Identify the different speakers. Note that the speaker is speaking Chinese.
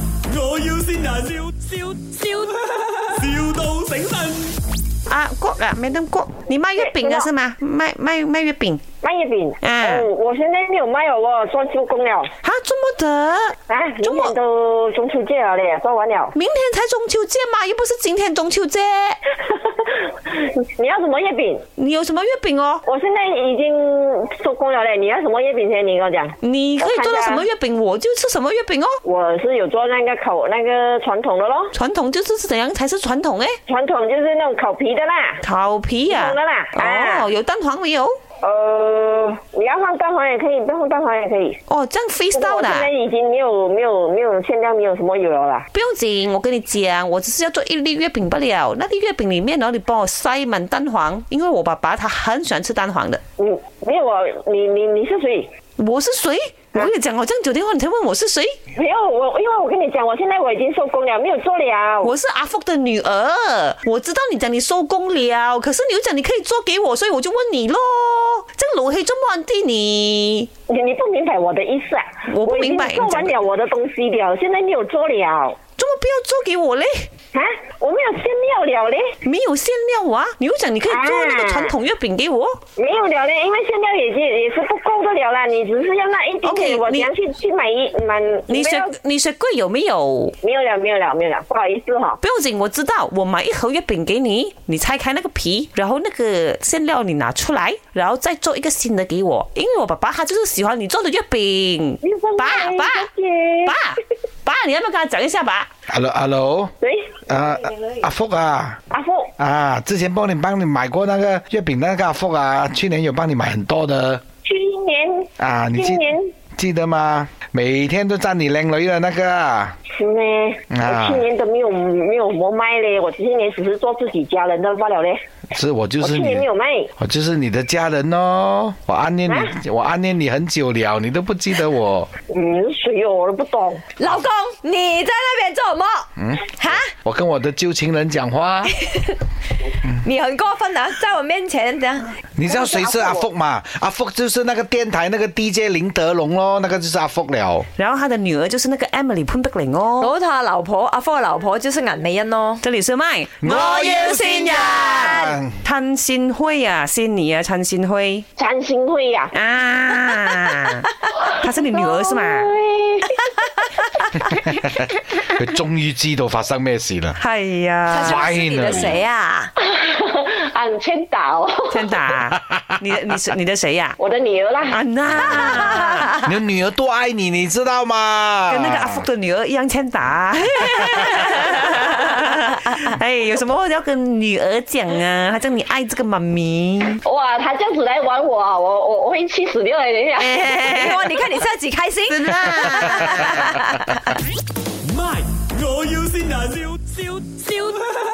Speaker 1: 要先人，笑笑笑，,笑到醒神。
Speaker 2: 啊，过啊，没登过。你卖月饼的是吗？卖卖卖月饼
Speaker 3: 卖月饼，
Speaker 2: 嗯
Speaker 3: 嗯，我现在没有卖哦，我做做工了
Speaker 2: 啊？这么的？
Speaker 3: 啊，
Speaker 2: 周
Speaker 3: 明
Speaker 2: 末
Speaker 3: 天都中秋节了嘞，做完了。
Speaker 2: 明天才中秋节嘛，又不是今天中秋节。
Speaker 3: 你要什么月饼？
Speaker 2: 你有什么月饼哦？
Speaker 3: 我现在已经收工了嘞，你要什么月饼先？你跟我讲。
Speaker 2: 你可以做到什么月饼，我就吃什么月饼哦。
Speaker 3: 我是有做那个烤那个传统的咯，
Speaker 2: 传统就是怎样才是传统诶？
Speaker 3: 传统就是那种烤皮的啦。
Speaker 2: 烤皮啊
Speaker 3: 普通的啦？啊
Speaker 2: 哦，有蛋黄没有？
Speaker 3: 呃，你要放蛋黄也可以，不放蛋黄也可以。
Speaker 2: 哦，这样
Speaker 3: 不过
Speaker 2: freestyle
Speaker 3: 我
Speaker 2: 的
Speaker 3: 现
Speaker 2: 啊
Speaker 3: 在。已经没有没有没有现在没有什么油了啦。
Speaker 2: 不用紧，我跟你讲，我只是要做一粒月饼不了。那粒月饼里面哦呢，你帮我塞满蛋黄，因为我爸爸他很喜欢吃蛋黄的。
Speaker 3: 你没有我，你你你是谁？
Speaker 2: 我是谁？我跟你讲，我这样久电话你才问我是谁？
Speaker 3: 没有我，因为我跟你讲，我现在我已经收工了，没有做了。
Speaker 2: 我是阿福的女儿。我知道你讲你收工了，可是你又讲你可以做给我，所以我就问你咯。这样老黑这么安定你？
Speaker 3: 你你不明白我的意思啊？
Speaker 2: 我不明白
Speaker 3: 我已经做完了我的东西了，现在没有做了啊？
Speaker 2: 怎么不要做给我嘞？
Speaker 3: 我没有馅料了嘞，
Speaker 2: 没有馅料啊！你又讲你可以做那个传统月饼给我。
Speaker 3: 没有了嘞，因为馅料也也也是不够的了啦。你只是要那一点
Speaker 2: OK，
Speaker 3: 点，我
Speaker 2: 你
Speaker 3: 想去去买一买。
Speaker 2: 你
Speaker 3: 不
Speaker 2: 雪
Speaker 3: 要
Speaker 2: 你雪柜有没有？
Speaker 3: 没有了，没有了，没有了，不好意思哈、
Speaker 2: 不用紧，我知道，我买一盒月饼给你，你拆开那个皮，然后那个馅料你拿出来，然后再做一个新的给我，因为我爸爸他就是喜欢你做的月饼
Speaker 3: 你真。
Speaker 2: 爸
Speaker 3: 爱
Speaker 2: 爸
Speaker 3: 谢谢
Speaker 2: 爸爸，你要不要跟他讲一下爸？
Speaker 4: Hello Hello，
Speaker 3: 喂，
Speaker 4: 啊
Speaker 3: 哎
Speaker 4: 阿福啊
Speaker 3: 阿福，
Speaker 4: 啊，之前帮你帮你买过那个月饼那个阿福啊，去年有帮你买很多的
Speaker 3: 去年
Speaker 4: 啊，你记
Speaker 3: 今年
Speaker 4: 记得吗？每天都赞你靓女的那个啊，
Speaker 3: 是呢，
Speaker 4: 啊
Speaker 3: 我去年都没有没有么卖嘞，我去年只是做自己家人的罢了嘞，
Speaker 4: 是我就
Speaker 3: 我
Speaker 4: 是
Speaker 3: 去
Speaker 4: 你
Speaker 3: 年没。有卖。
Speaker 4: 我就是你的家人哦，我暗恋你，
Speaker 3: 啊
Speaker 4: 我暗恋你很久了，你都不记得我。
Speaker 3: 你是谁哦？我都不懂。
Speaker 5: 老公，你在那边做什么？嗯，哈，
Speaker 4: 我跟我的旧情人 讲话，
Speaker 5: 你很过分啊，在我面前这样，
Speaker 4: 你知道谁是阿福吗？阿福就是那个电台那个 DJ 林德龙咯，那个就是阿福了。
Speaker 2: 然后他的女儿就是那个 Emily 潘碧玲
Speaker 5: 老
Speaker 2: 哦。
Speaker 5: 豆他老婆阿福嘅老婆就是颜美欣咯。
Speaker 2: 这里是麦，
Speaker 5: 先人。
Speaker 2: 陈善辉啊，仙女啊，陈善辉
Speaker 3: 三星会呀、
Speaker 2: 啊，她是你女哦儿是吗？
Speaker 4: 佢終於知道發生咩事 啦。
Speaker 2: 系呀、
Speaker 5: 他
Speaker 2: 啊
Speaker 5: 是，不是你的谁啊？
Speaker 3: 俺千岛，
Speaker 2: 真的啊、你的你是你的谁呀、
Speaker 3: 我的女儿啦。
Speaker 2: 啊？娜。
Speaker 4: 你女兒多愛你，你知道嗎？
Speaker 2: 跟那个阿福的女儿一样欠打。哎，有什么要跟女儿讲啊？她叫你爱这个妈咪。
Speaker 3: 哇，他这样子来玩我啊，我我我会气死掉的，等一下。
Speaker 5: 哇，你看你自己开心。
Speaker 1: 卖，我要先人，笑笑笑。